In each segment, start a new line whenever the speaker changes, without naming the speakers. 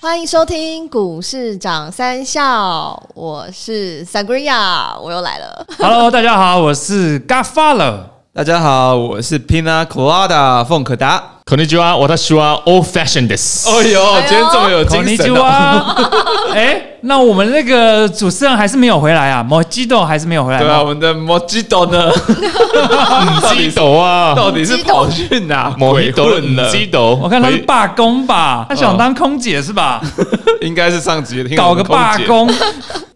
欢迎收听股市涨三笑，我是 Sangria，我又来 了。
Hello，大家好，我是 Godfather。
大家好，我是 Pina Colada 凤可达。
こんにちは、私は啊 old fashioned です。
哦呦，
呦
哎
今天这么有精神、哦！
啊！ 哎，那我们那个主持人还是没有回来啊，莫基豆还是没有回来
对啊，
吗？
我们的 Mojito 呢？
母鸡斗
哎
啊，
到底是跑去哪
母
鬼
鸡斗，
混了
母？鸡斗，
我看他是
回
罢工吧，他想当空姐是吧？
应该是上集听
搞
我
个
们
罢
空
工。
姐。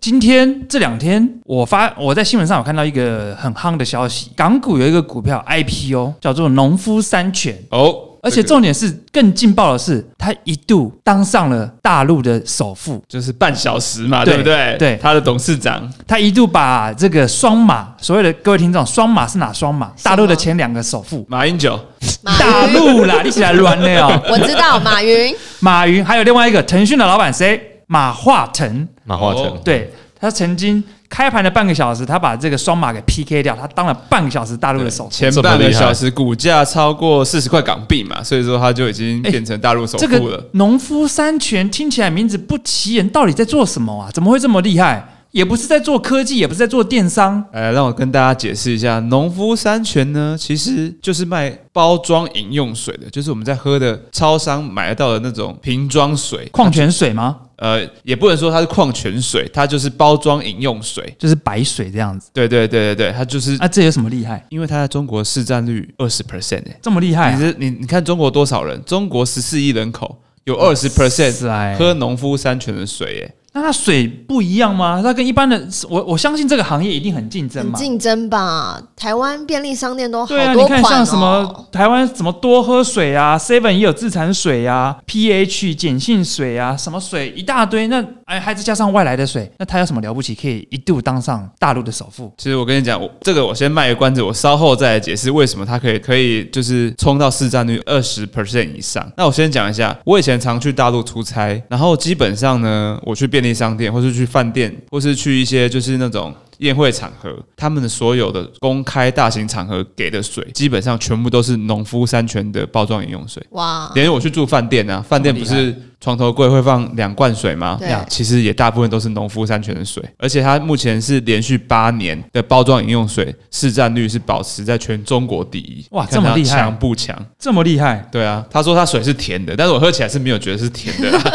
今天这两天，我发我在新闻上有看到一个很夯的消息，港股有一个股票 IPO 叫做农夫山泉，
哦，
而且重点是更劲爆的是，它一度当上了大陆的首富。
就是半小时嘛，
对
对不对？
对
他的董事长
他一度把这个双马，所谓的各位听众，双马是哪双马？
是吗
大陆的前两个首富，
马英九，
哦
马
大
云，
陆啦，你起来乱的 哦。
我知道马 云，
马云，还有另外一个腾讯的老板谁？马化腾，
马化
哦
腾，
对他曾经开盘的半个小时，他把这个双马给 PK 掉，他当了半个小时大陆的首富。
哎前半
这么
个
厉害
小时股价超过四十块港币嘛，所以说他就已经
哎
变成大陆首
这
富了。
个农夫山泉听起来名字不起眼，到底在做什么啊？怎么会这么厉害？也不是在做科技，也不是在做电商，
呃，让我跟大家解释一下，农夫山泉呢，其实就是卖包装饮用水的，就是我们在喝的超商买得到的那种瓶装水。
矿泉水吗？
呃，也不能说它是矿泉水，它就是包装饮用水。
就是白水这样子。
对对对对对，它就是、
啊，这有什么厉害？
因为它在中国市占率二十 percent 哎，
这么厉害、啊
你？这你你看中国多少人？中国十四亿人口，有二十
是
percent
哎
喝农夫山泉的水哎。
那它水不一样吗？它跟一般的，我我相信这个行业一定很竞争
很
嘛。
竞争吧？台湾便利商店都好
对啊，你
多
看
款
像什
哦。
么台湾什么多喝水啊，Seven 也有自产水啊，pH 碱性水啊，什么水一大堆。那哎，还再加上外来的水，那它有什么了不起？可以一度当上大陆的首富？
其实我跟你讲，我这个我先卖个关子，我稍后再来解释为什么它可以可以就是冲到市占率二十 percent 以上。那我先讲一下，我以前常去大陆出差，然后基本上呢，我去便利商店，或是去饭店，或是去一些就是那种。宴会场合，他们的所有的公开大型场合给的水，基本上全部都是农夫山泉的包装饮用水。
哇，
连我去住饭店啊，饭店不是床头柜会放两罐水吗？
对
呀其实也大部分都是农夫山泉的水，而且它目前是连续八年的包装饮用水市占率是保持在全中国第一。
哇
你看它
这么厉害
强不强？
这么厉害
对啊，他说他水是甜的，但是我喝起来是没有觉得是甜的啦。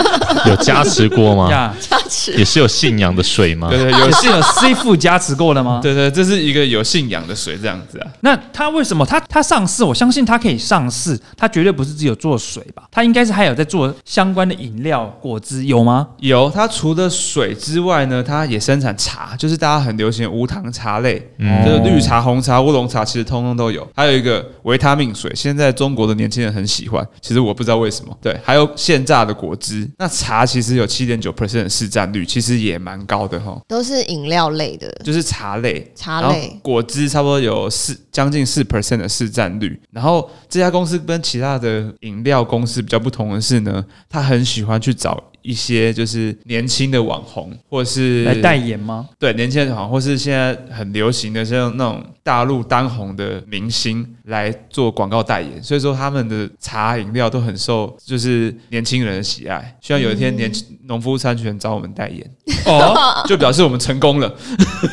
有加持 过吗？
呀？
加持
也是有信仰的水吗
对？对，有
也是有 C 富加持过的吗？
对对，这是一个有信仰的水这样子啊。
那它为什么它它上市？我相信它可以上市，它绝对不是只有做水吧？它应该是还有在做相关的饮料、果汁，有吗？
有，它除了水之外呢，它也生产茶，就是大家很流行的无糖茶类，
嗯
就是绿茶、红茶、乌龙茶，其实通通都有。还有一个维他命水，现在中国的年轻人很喜欢，其实我不知道为什么。对，还有现榨的果汁。那茶其实有七点九 percent 的市占率，其实也蛮高的哈。
都是饮料类的，
就是茶类，
茶
然后
类
果汁差不多有四将近四 percent 的市占率。然后这家公司跟其他的饮料公司比较不同的是呢，他很喜欢去找一些就是年轻的网红，或是
来代言吗？
对年轻的网红，或是现在很流行的像那种大陆当红的明星来做广告代言。所以说他们的茶饮料都很受就是年轻人的喜爱。希望有一天年轻农夫山泉找我们代言，
哦，
就表示我们成功了。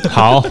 好，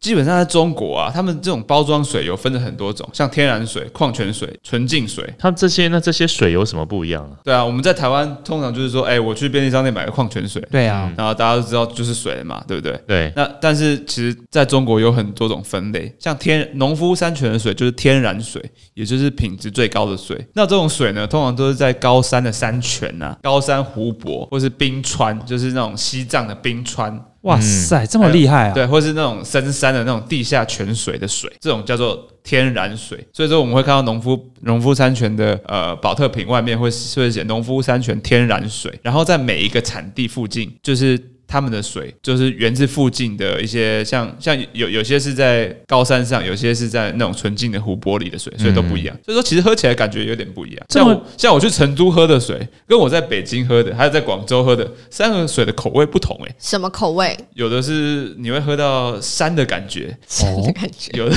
基本上在中国啊，他们这种包装水有分了很多种，像天然水、矿泉水、纯净水。
他们这些那这些水有什么不一样啊？
对啊，我们在台湾通常就是说，哎、我去便利商店买个矿泉水，
对啊，
然后大家都知道就是水了嘛，对不对？
对，
那但是其实在中国有很多种分类，像天农夫山泉的水就是天然水，也就是品质最高的水。那这种水呢，通常都是在高山的山泉啊、高山湖泊或是冰川，就是那种西藏的冰川，
哇塞，这么厉害啊！
嗯对，或是那种深山的那种地下泉水的水，这种叫做天然水。所以说我们会看到农夫农夫山泉的呃保特瓶外面会会写农夫山泉天然水，然后在每一个产地附近就是。他们的水就是源自附近的一些像像有有些是在高山上，有些是在那种纯净的湖泊里的水，所以都不一样。所以说其实喝起来感觉有点不一样。
嗯这
像
么
我像我去成都喝的水，跟我在北京喝的，还有在广州喝的，三个水的口味不同诶、欸
什么口味？
有的是你会喝到山的感觉，
哦
真的感觉
有的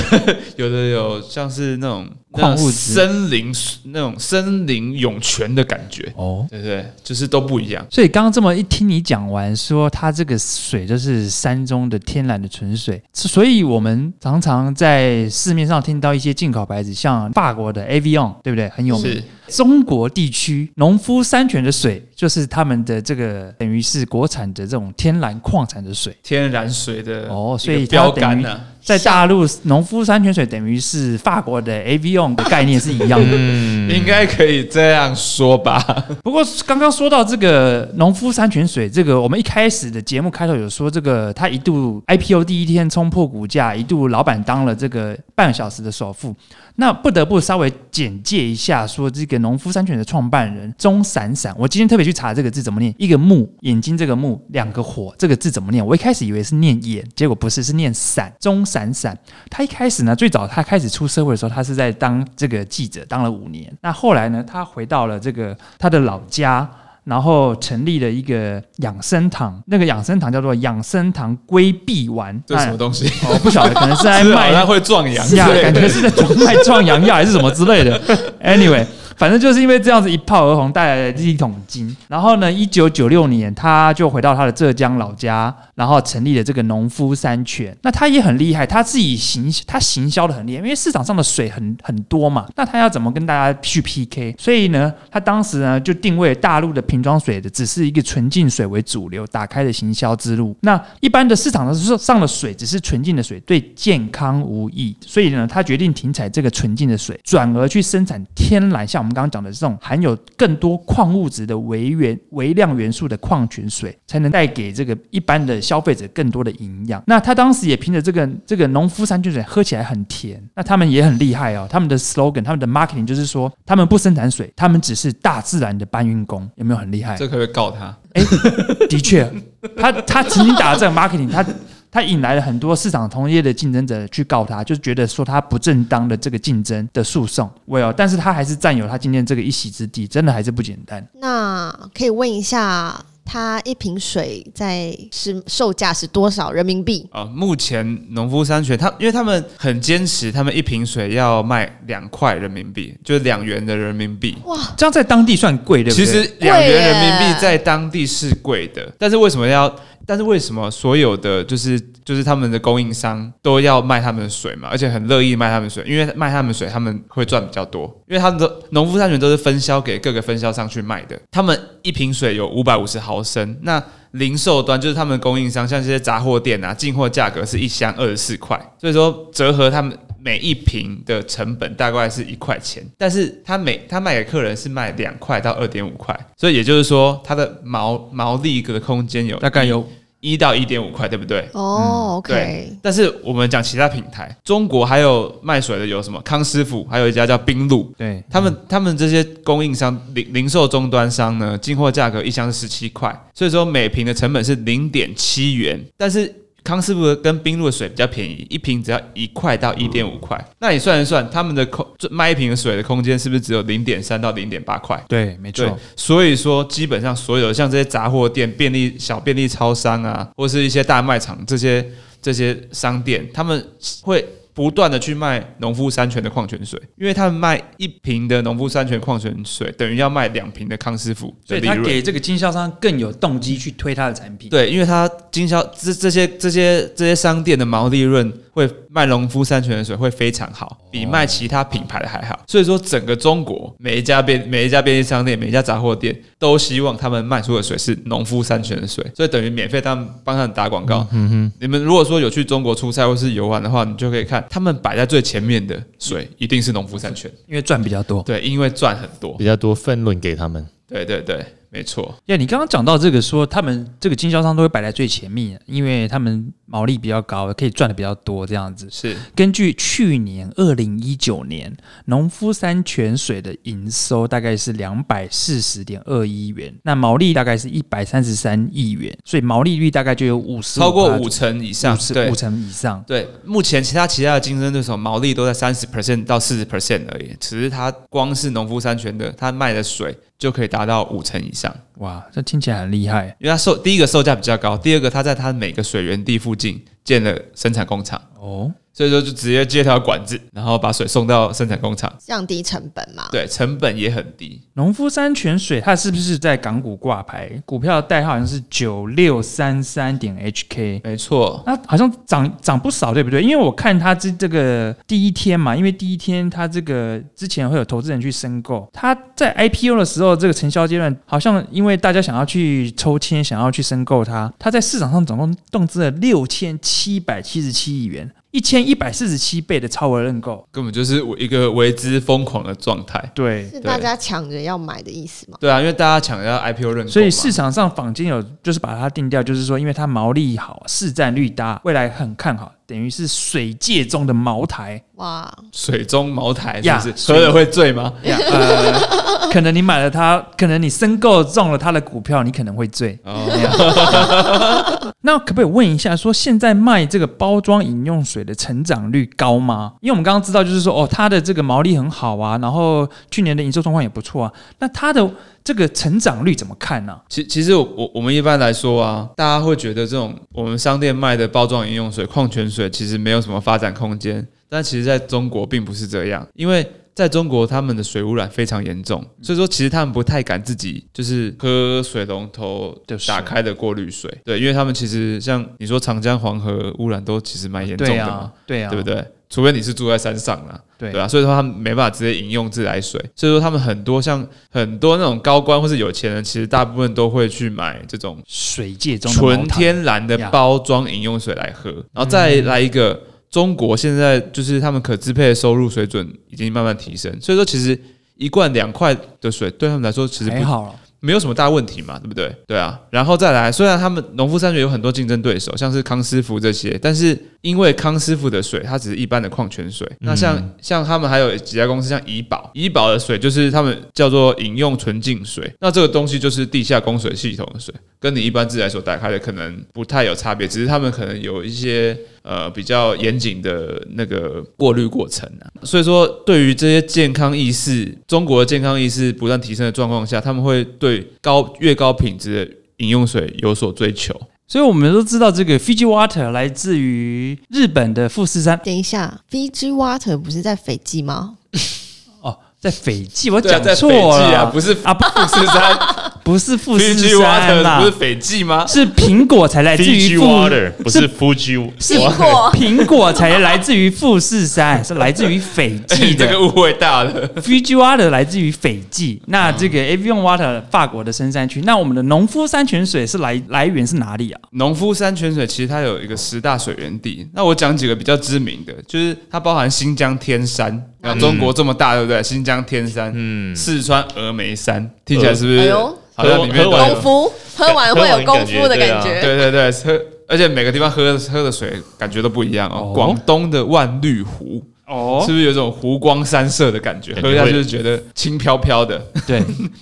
有的有像是那种
矿
那
物
种
质
森林那种森林涌泉的感觉，
哦。
对不对？就是都不一样。
所以刚刚这么一听你讲完，说它这个水就是山中的天然的纯水，所以我们常常在市面上听到一些进口牌子，像法国的 Avion，对不对？很有名
是。
中国地区农夫山泉的水，就是他们的这个等于是国产的这种天然矿产的水。
天然水的
哦
一个
所以它
标杆
等
啊呢、
在大陆，农夫山泉水等于是法国的 Avion 的概念是一样的。
嗯，
应该可以这样说吧？
不过刚刚说到这个农夫山泉水，这个我们一开始的节目开头有说，这个它一度 IPO 第一天冲破股价，一度老板当了这个半个小时的首富。那不得不稍微简介一下，说这个农夫山泉的创办人钟闪闪，我今天特别去查这个字怎么念，一个木眼睛这个木，两个火这个字怎么念？我一开始以为是念眼，结果不是，是念闪。钟闪闪，他一开始呢，最早他开始出社会的时候，他是在当这个记者，当了五年。那后来呢，他回到了这个他的老家，然后成立了一个养生堂，那个养生堂叫做养生堂规避丸。
这是什么东西？
那我不晓得，可能是在
是好
卖
像会壮阳之
呀，
类
感
的
觉是在装卖壮阳药还是什么之类的。Anyway，反正就是因为这样子一炮而红，带来了一桶金。然后呢，一九九六年他就回到他的浙江老家，然后成立了这个农夫山泉。那他也很厉害，他自己行他行销的很厉害，因为市场上的水很很多嘛，那他要怎么跟大家去 PK？所以呢，他当时呢就定位大陆的瓶装水的只是一个纯净水为主流，打开了行销之路。那一般的市场上的水只是纯净的水，对健康无益，所以呢，他决定停采这个纯净的水，转而去生产天然，像我们刚刚讲的这种含有更多矿物质的微元微量元素的矿泉水，才能带给这个一般的消费者更多的营养。那他当时也凭着这个这个农夫山泉水喝起来很甜，那他们也很厉害哦，他们的 slogan，他们的 marketing 就是说，他们不生产水，他们只是大自然的搬运工，有没有很厉害？
这可不可以告他？
的确，他他曾经打了这个 marketing，他他引来了很多市场同业的竞争者去告他，就是觉得说他不正当的这个竞争的诉讼。Well，但是他还是占有他今天这个一席之地，真的还是不简单。
那可以问一下，它一瓶水在是售价是多少人民币？
啊，目前农夫山泉，他因为他们很坚持，他们一瓶水要卖两块人民币，就是两元的人民币。
哇，
这样在当地算贵，对不
其
对？
实
对
两元人民币在当地是贵的，但是为什么要？但是为什么所有的就是就是他们的供应商都要卖他们的水嘛，而且很乐意卖他们水，因为卖他们水他们会赚比较多，因为他们的农夫山泉都是分销给各个分销商去卖的，他们一瓶水有五百五十毫升，那零售端就是他们供应商，像这些杂货店啊，进货价格是一箱二十四块，所以说折合他们每一瓶的成本大概是一块钱，但是他每他卖给客人是卖两块到二点五块，所以也就是说它的毛毛利的空间有
大概有
一到一点五块，对不
嗯
对？
哦、o
对
k，
但是我们讲其他平台，中国还有卖水的有什么康师傅，还有一家叫冰露，
对
他们他们这些供应商零零售终端商呢，进货价格一箱是十七块，所以说每瓶的成本是零点七元，但是。康师傅跟冰露的水比较便宜，一瓶只要一块到一点五块。那你算一算，他们的空卖一瓶的水的空间是不是只有零点三到零点八块？
对，没
对
错。，
所以说基本上所有的像这些杂货店、便利小便利超商啊，或是一些大卖场这些这些商店，他们会不断的去卖农夫山泉的矿泉水，因为他们卖一瓶的农夫山泉矿泉水等于要卖两瓶的康师傅
所
的
以
利
他
润。
给这个经销商更有动机去推他的产品。
对，因为他经销这这些这些这些商店的毛利润会卖农夫山泉的水会非常好，比卖其他品牌的还好。所以说，整个中国每一家便每一家便利商店、每一家杂货店都希望他们卖出的水是农夫山泉的水，所以等于免费他们帮他们打广告。嗯哼，你们如果说有去中国出差或是游玩的话，你就可以看他们摆在最前面的水一定是农夫山泉，
因为赚比较多。
对，因为赚很多
比。较多分论给他们。
对对对，没错。
呀、你刚刚讲到这个说，他们这个经销商都会摆在最前面，因为他们毛利比较高，可以赚的比较多，这样子。
是
根据去年二零一九年农夫山泉水的营收大概是两百四十点二一元，那毛利大概是一百三十三亿元，所以毛利率大概就有五十
超过五成以上，对
五成以上。
对，目前其他其他的竞争对手毛利都在三十 percent 到四十 percent 而已，只是它光是农夫山泉的，它卖的水就可以达到五成以上，
哇，这听起来很厉害
因为它售第一个售价比较高，第二个它在它每个水源地附近建了生产工厂，
哦。
所以说就直接接条管子，然后把水送到生产工厂，
降低成本嘛。
对，成本也很低。
农夫山泉水，它是不是在港股挂牌？股票的代号好像是九六三三点 HK，
没错，
那好像涨涨不少，对不对？因为我看它这这个第一天嘛，因为第一天它这个之前会有投资人去申购，它在 IPO 的时候，这个承销阶段好像因为大家想要去抽签，想要去申购它，它在市场上总共动资了六千七百七十七亿元，一千一百四十七倍的超额认购，
根本就是我一个为之疯狂的状态。
对。
是大家抢着要买的意思吗？
对啊，因为大家抢着要 IPO 认购嘛，
所以市场上坊间有就是把它定掉，就是说，因为它毛利好，市占率大，未来很看好，等于是水界中的茅台。
哇，
水中茅台是不
呀
是？喝了会醉吗？
呃，可能你买了它，可能你申购中了它的股票，你可能会 醉。
哦，
那可不可以问一下，说现在卖这个包装饮用水的成长率高吗？因为我们刚刚知道，就是说哦，它的这个毛利很好啊，然后去年的营收状况也不错啊，那它的这个成长率怎么看啊呢、
其其实我我我们一般来说啊，大家会觉得这种我们商店卖的包装饮用水、矿泉水其实没有什么发展空间，但其实在中国并不是这样，因为。在中国，他们的水污染非常严重，所以说其实他们不太敢自己就是喝水龙头
的水
打开的过滤水，对，因为他们其实像你说长江黄河污染都其实蛮严重
对
的
啊
嘛，，
对啊，
对不？对？除非你是住在山上啦，
对
对啊，所以说他们没办法直接饮用自来水，所以说他们很多像很多那种高官或是有钱人，其实大部分都会去买这种
水界中的茅
纯
台
天然的
呀
包装饮用水来喝，然后再来一个中国现在就是他们可支配的收入水准已经慢慢提升，所以说其实一罐两块的水对他们来说其实不
还好了。
没有什么大问题嘛，对不对？对啊，然后再来，虽然他们农夫山泉有很多竞争对手，像是康师傅这些，但是因为康师傅的水它只是一般的矿泉水，那像像他们还有几家公司，像怡宝，怡宝的水就是他们叫做饮用纯净水，那这个东西就是地下供水系统的水，跟你一般自来水打开的可能不太有差别，只是他们可能有一些呃比较严谨的那个过滤过程啊。所以说，对于这些健康意识，中国的健康意识不断提升的状况下，他们会对高越高品质的饮用水有所追求。
所以我们都知道，这个 Fiji Water 来自于日本的富士山
等一下，VG Water 不是在斐济吗？
哦，在斐济，我
对啊
讲
在
错
斐济
了，
啊，不是
啊不
富士山
不是富士
，Fiji
山
Water
啦
不是，斐济吗？
是苹果才
哎
来自于
Fiji
富
Water 不是 Fuji，
是
苹果
苹果才来自于富士山， 是来自于斐济
你哎 这
的。
个误会大了。
Fiji Water 来自于斐济，那这个 Avion Water 法国的深山区，那我们的农夫山泉水是来来源是哪里啊？
农夫山泉水其实它有一个十大水源地，那我讲几个比较知名的，就是它包含新疆天山，啊，中国这么大，对不对？新疆天山，嗯，四川峨眉山，听起来是不
哎
是
呦？
好像里面都
喝
有
完了
功夫喝完会有功夫的感觉，
对对啊对，喝，而且每个地方喝喝的水感觉都不一样
哦。
哦广东的万绿湖
哦
是，不是有种湖光山色的感觉？
感觉
喝下去就觉得轻飘 飘的。
对，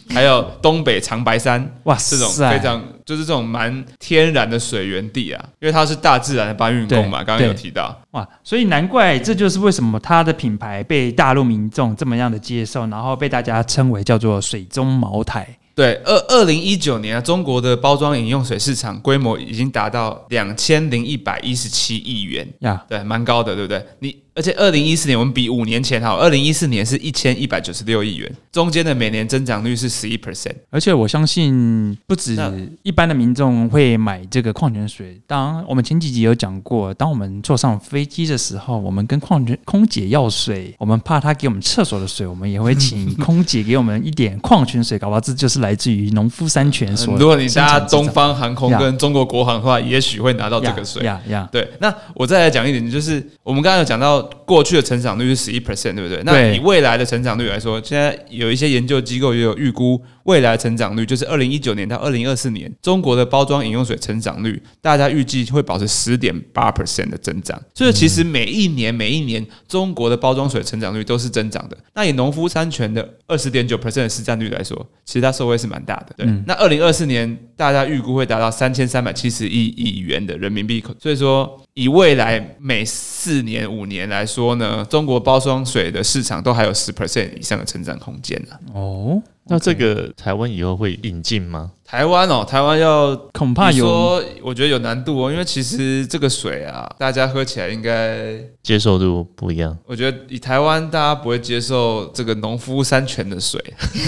还有东北长白山，
哇
这种
塞
非常就是这种蛮天然的水源地啊，因为它是大自然的搬运工嘛，
对
刚刚有提到，
哇，所以难怪这就是为什么它的品牌被大陆民众这么样的接受，然后被大家称为叫做水中茅台。
对，二二零一九年啊，中国的包装饮用水市场规模已经达到两千零一百一十七亿元。
呀、
对，蛮高的，对不对？你而且二零一四年我们比五年前好，二零一四年是一千一百九十六亿元，中间的每年增长率是十一 percent。
而且我相信不止
那
一般的民众会买这个矿泉水。当我们前几集有讲过，当我们坐上飞机的时候，我们跟矿泉空姐要水，我们怕她给我们厕所的水，我们也会请空姐给我们一点矿泉水，搞不好这就是来自于农夫山泉所。
呃如果你搭东方航空跟中国国航的话，也许会拿到这个水。
呀呀，
对，那我再来讲一点，就是我们刚刚有讲到过去的成长率是十一 percent，对不对？那
对
以未来的成长率来说，现在有一些研究机构也有预估未来的成长率，就是二零一九年到二零二四年，中国的包装饮用水成长率，大家预计会保持十点八 percent 的增长。所以其实每一年每一年，中国的包装水成长率都是增长的。那以农夫山泉的二十点九 percent 的市占率来说，其实它收惠是蛮大的。对，
嗯
那二零二四年大家预估会达到三千三百七十亿亿元的人民币，所以说以未来每四年五年来说呢，中国包装水的市场都还有十 percent 以上的成长空间呢、啊
哦，
那这个台湾以后会引进吗？
台湾哦，台湾要
恐怕
你
有
说，我觉得有难度哦，因为其实这个水啊，大家喝起来应该，
接受度不一样。
我觉得以台湾大家不会接受这个农夫山泉的水，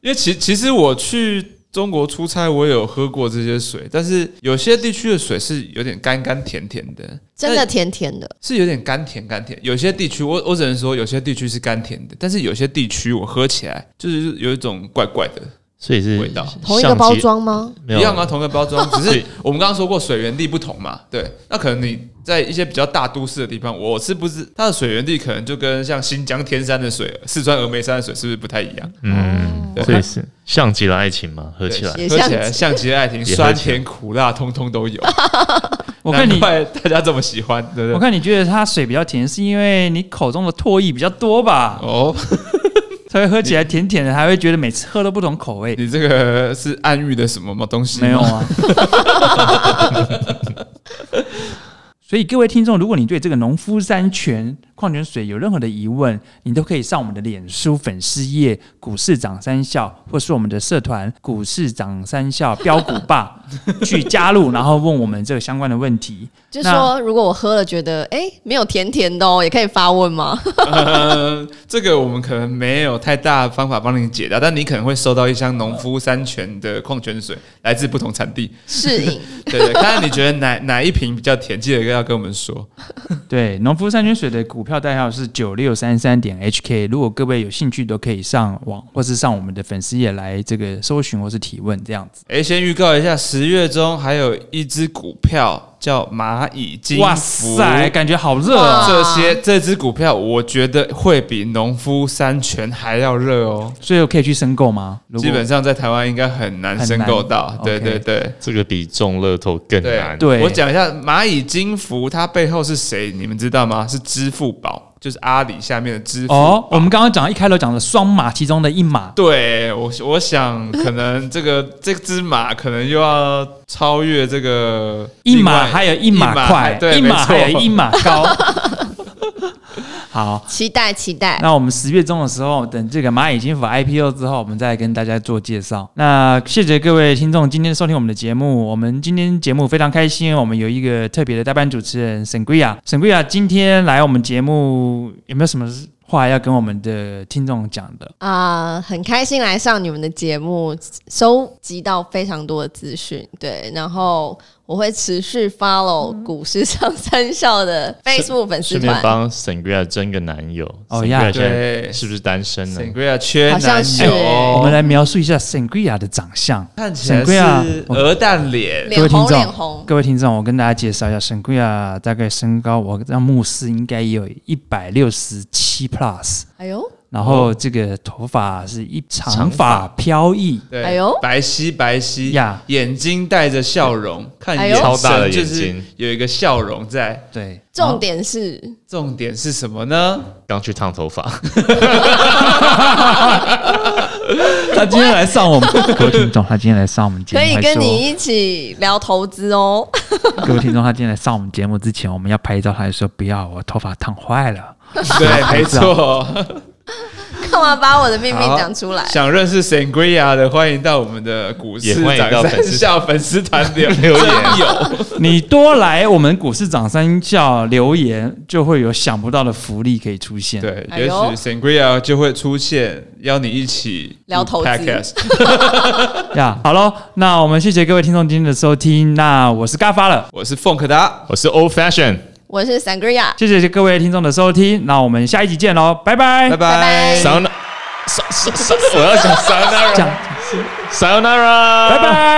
因为其其实我去。中国出差，我也有喝过这些水，但是有些地区的水是有点干干甜甜的，
呃
真的甜甜的，
是有点甘甜甘甜，有些地区我我只能说有些地区是甘甜的，但是有些地区我喝起来就是有一种怪怪的，
所以是
味道
同一个
像
包
极
装吗？
没有
一样啊，同一个包 装，只是
对
我们刚刚说过水源地不同嘛，对，那可能你在一些比较大都市的地方，我是不是它的水源地可能就跟像新疆天山的水、四川峨眉山的水是不是不太一样？
嗯，
对
所以是像极了爱情嘛，合起来
哦对也
喝
像
起来像极了爱情，
也
酸
喝起来
甜苦辣通通都有。
我看
难
你
怪大家这么喜欢，对不
我
对？
看你觉得它水比较甜，是因为你口中的唾液比较多吧，
哦，
才会喝起来甜甜的，还会觉得每次喝都不同口味。
你这个是暗喻的什么吗？东西吗
没有啊。所以各位听众，如果你对这个农夫山泉矿泉水有任何的疑问，你都可以上我们的脸书粉丝页“股市长三校”，或是我们的社团“股市长三校标股霸”去加入，然后问我们这个相关的问题。
就是说，如果我喝了觉得哎、诶没有甜甜的哦，也可以发问吗？
呃， 这个我们可能没有太大方法帮你解答，但你可能会收到一箱农夫山泉的矿泉水，来自不同产地。
适应
对对，看看你觉得哪哪一瓶比较甜，记得要跟我们说。
对，农夫山泉水的股票代号是九六三三点 HK。如果各位有兴趣，都可以上网或是上我们的粉丝页来这个搜寻或是提问这样子。
哎，先预告一下，十月中还有一只股票叫蚂蚁金服。
哇塞，感觉好热哦！
哇
这些这只股票，我觉得会比农夫山泉还要热哦。
所以我可以去申购吗？如果
基本上在台湾应该很难
很
申
难
购到。对
OK
对对。
这个比中乐透更
对
难。
对
我讲一下蚂蚁金服，它背后是谁，你们知道吗？是支付宝，就是阿里下面的支付宝。
哦，我们刚刚讲一开头讲的双马其中的一马，
对我，我想可能这个这只马可能又要超越这个
一
另外
马还有一马快，
对，
一马还有一
马。
马高。 好，
期待期待，
那我们十月中的时候，等这个蚂蚁金服 IPO 之后，我们再跟大家做介绍。那谢谢各位听众今天收听我们的节目，我们今天节目非常开心，我们有一个特别的代班主持人沈贵雅，沈贵雅今天来我们节目，有没有什么话要跟我们的听众讲的？
啊、很开心来上你们的节目，收集到非常多的资讯，对，然后我会持续 follow 股市上三校 的 Facebook 粉丝
顺便
团，
帮 Sangria 争个男友。
哦
Sangria
呀
现在
对
是不是单身呢？
Sangria 缺
好像
男
是
友
欸
我们
哦，
来描述一下 Sangria 的长相。
看起来
Sangria，
是
哦
我
鹅蛋脸，
各
脸
位听
红
众
脸红，
各位听众，我跟大家介绍一下，沈贵亚大概身高，我让牧师应该也有一百六十七 plus，
哎呦，
然后这个头发是一长
长
发飘逸，
对，
哎呦
白皙白皙
呀
眼睛带着笑容，看
哎
眼
呦
超大的
神就
眼
是
睛
有一个笑容在。
对，
重点是
重点是什么 呢？
刚去烫头发，
然后他今天来上 我们，各位听众，他今天来上我们节
可
目，
以
还
跟
说
你一起聊投资哦，
各位听众，他今天来上我们节目之前，我们要拍照，他还说不要，我头发烫坏了。
对，没错。
干嘛把我的秘密
好
讲出来？
想认识 Sangria 的，欢迎到我们的股市
也欢迎
长
到
三
粉丝
笑粉丝团留
留言
有
你多来我们股市长三教留言，就会有想不到的福利可以出现。
对，
哎
也许
呦
Sangria 就会出现，邀你一起
聊投资
podcast。
呀好喽，那我们谢谢各位听众今天的收听，那我是嘎发了。
我是凤可达，
我是 Old Fashion。
我是 Sangria，
谢谢各位听众的收听，那我们下一集见喽，拜拜，
拜
拜
哎
拜
Sayonara，我要讲 Sayonara，
讲
Sayonara，
拜拜。